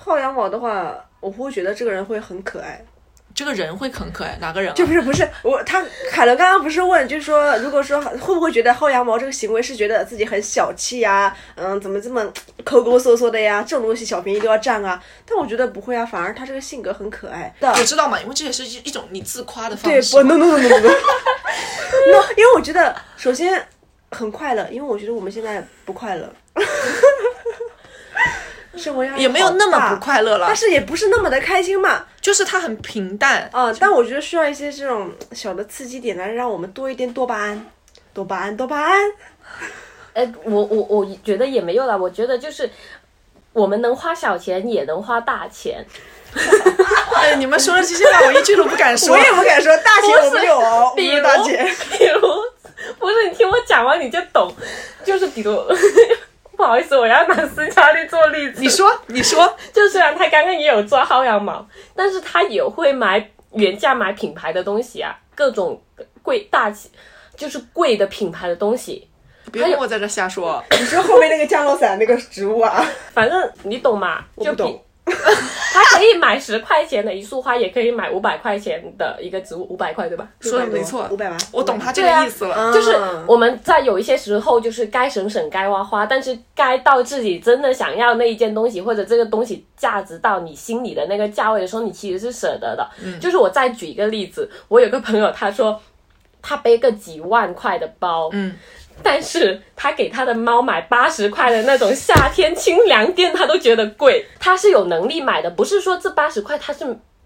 薅羊毛的话，我会觉得这个人会很可爱。这个人会很可爱，哪个人、啊？就不是不是我，他凯伦刚刚不是问，就是说，如果说会不会觉得薅羊毛这个行为是觉得自己很小气呀、嗯，怎么这么抠抠搜搜的呀？这种东西小便宜都要占啊？但我觉得不会啊，反而他这个性格很可爱的。我知道嘛，因为这也是一一种你自夸的对方式不嘛。 ，no no no no no，no，因为我觉得首先很快乐，因为我觉得我们现在不快乐， 生活压力也没有好那么大不，快乐了但，是也不是那么的开心嘛。就是它很平淡。 啊、但我觉得需要一些这种小的刺激点来让我们多一点多巴胺，多巴胺，多巴胺。哎，我我我觉得也没有啦，我觉得就是我们能花小钱，也能花大钱。哎，你们说的这些话，我一句都不敢说。我也不敢说大姐我们有哦，我比们如有大姐。 比如，不是你听我讲完你就懂，就是比如， 不好意思，我要拿斯嘉丽做例子。你说，你说，就虽然他刚刚也有做薅羊毛，但是他也会买原价买品牌的东西啊，各种贵大气，就是贵的品牌的东西。别跟我在这瞎说。你说后面那个降落伞那个植物啊，反正你懂吗？我就不比懂。 他可以买十块钱的一束花，也可以买五百块钱的一个植物，五百块对吧？说的没错，五百万，我懂他这对啊个意思了。嗯就是我们在有一些时候，就是该省省，该花花，但是该到自己真的想要那一件东西，或者这个东西价值到你心里的那个价位的时候，你其实是舍得的。就是我再举一个例子，我有个朋友，他说他背个几万块的包，嗯，但是他给他的猫买八十块的那种夏天清凉垫，他都觉得贵。他是有能力买的，不是说这八十块他是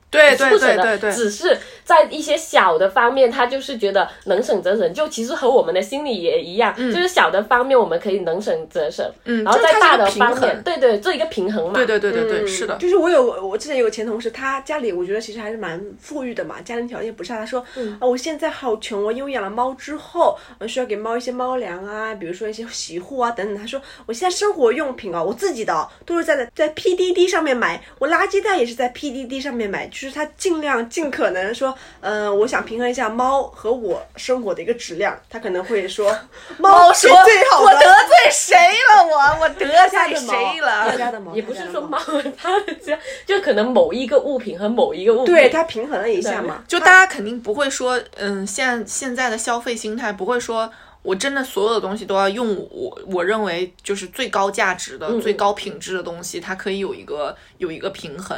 对是对不对舍得，对对，只是在一些小的方面，他就是觉得能省则省。就其实和我们的心理也一样，就是小的方面我们可以能省则省，嗯然后就是在大它是一个的方平面，衡对对，做一个平衡嘛。对对对对对，嗯是的。就是我有我之前有个前同事，他家里我觉得其实还是蛮富裕的嘛，家庭条件不差。他说，嗯啊，我现在好穷哦，因为养了猫之后，呃需要给猫一些猫粮啊，比如说一些洗护啊等等。他说，我现在生活用品啊，我自己的哦都是在在 PDD 上面买，我垃圾袋也是在 PDD 上面买，就是他尽量尽可能说，嗯、我想平衡一下猫和我生活的一个质量。他可能 会说，哦猫是哦最好的，罪谁了？我我得他家的猫他家的猫，也不他是家的说猫猫，它的家就可能某一个物品和某一个物品，对，他平衡了一下嘛。 就大家肯定不会说，嗯，现在现在的消费心态不会说。我真的所有的东西都要用我我认为就是最高价值嗯的、最高品质的东西，它可以有一个有一个平衡。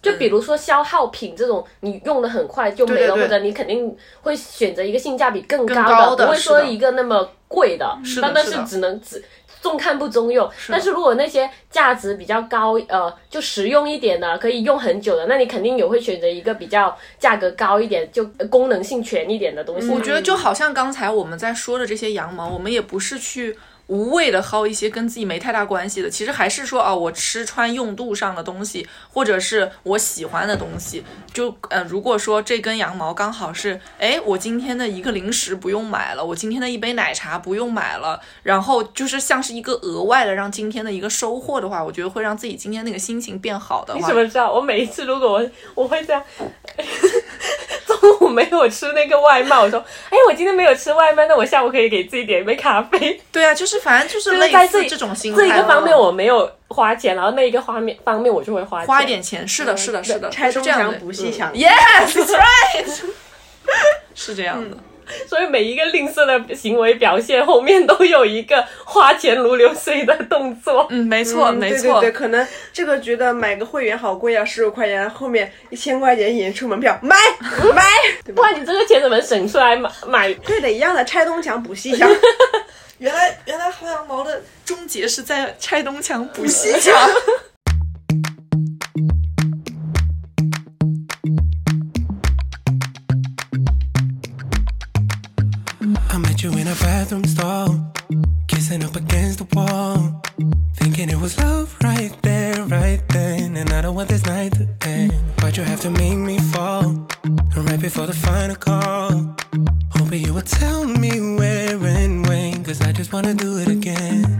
就比如说消耗品这种，你用的很快就没对对了，对或者你肯定会选择一个性价比更高的，更高的不会是的说一个那么贵的，是的但但是是的只能只重看不中用。的但是如果那些价值比较高，呃，就实用一点的，可以用很久的，那你肯定也会选择一个比较价格高一点，就呃功能性全一点的东西。我觉得就好像刚才我们在说的这些羊毛，我们也不是去无谓的薅一些跟自己没太大关系的，其实还是说啊，我吃穿用度上的东西，或者是我喜欢的东西。就呃，如果说这根羊毛刚好是，哎，我今天的一个零食不用买了，我今天的一杯奶茶不用买了，然后就是像是一个额外的让今天的一个收获的话，我觉得会让自己今天那个心情变好的你话怎，么知道？我每一次如果我我会这样， 中午没有吃那个外卖，我说，哎，我今天没有吃外卖，那我下午可以给自己点一杯咖啡。对啊，就是反正就是就是类在似这这种心态这吧，一个方面我没有花钱，然后那一个方面方面我就会花钱花一点钱，是的，是的，是的，拆是东这样墙的，补西墙， Yes, right 。是这样的，所以每一个吝啬的行为表现后面都有一个花钱如流水的动作。嗯，没错，嗯没对错，对对，可能这个觉得买个会员好贵啊，十五块钱，后面一千块钱演出门票， 买买，对吧哇，？你这个钱怎么省出来买买？对的，一样的，拆东墙补西墙。 原来原来薅羊毛的终结是在拆东墙补西墙。 I met you in a bathroom stall, kissing up against the wall, thinking it was love right there, right then. And I don't want this night to end. Why'd you have to make me fall? Right before the final call, hoping you would tell me where and when, cause I just wanna do it again. Oh,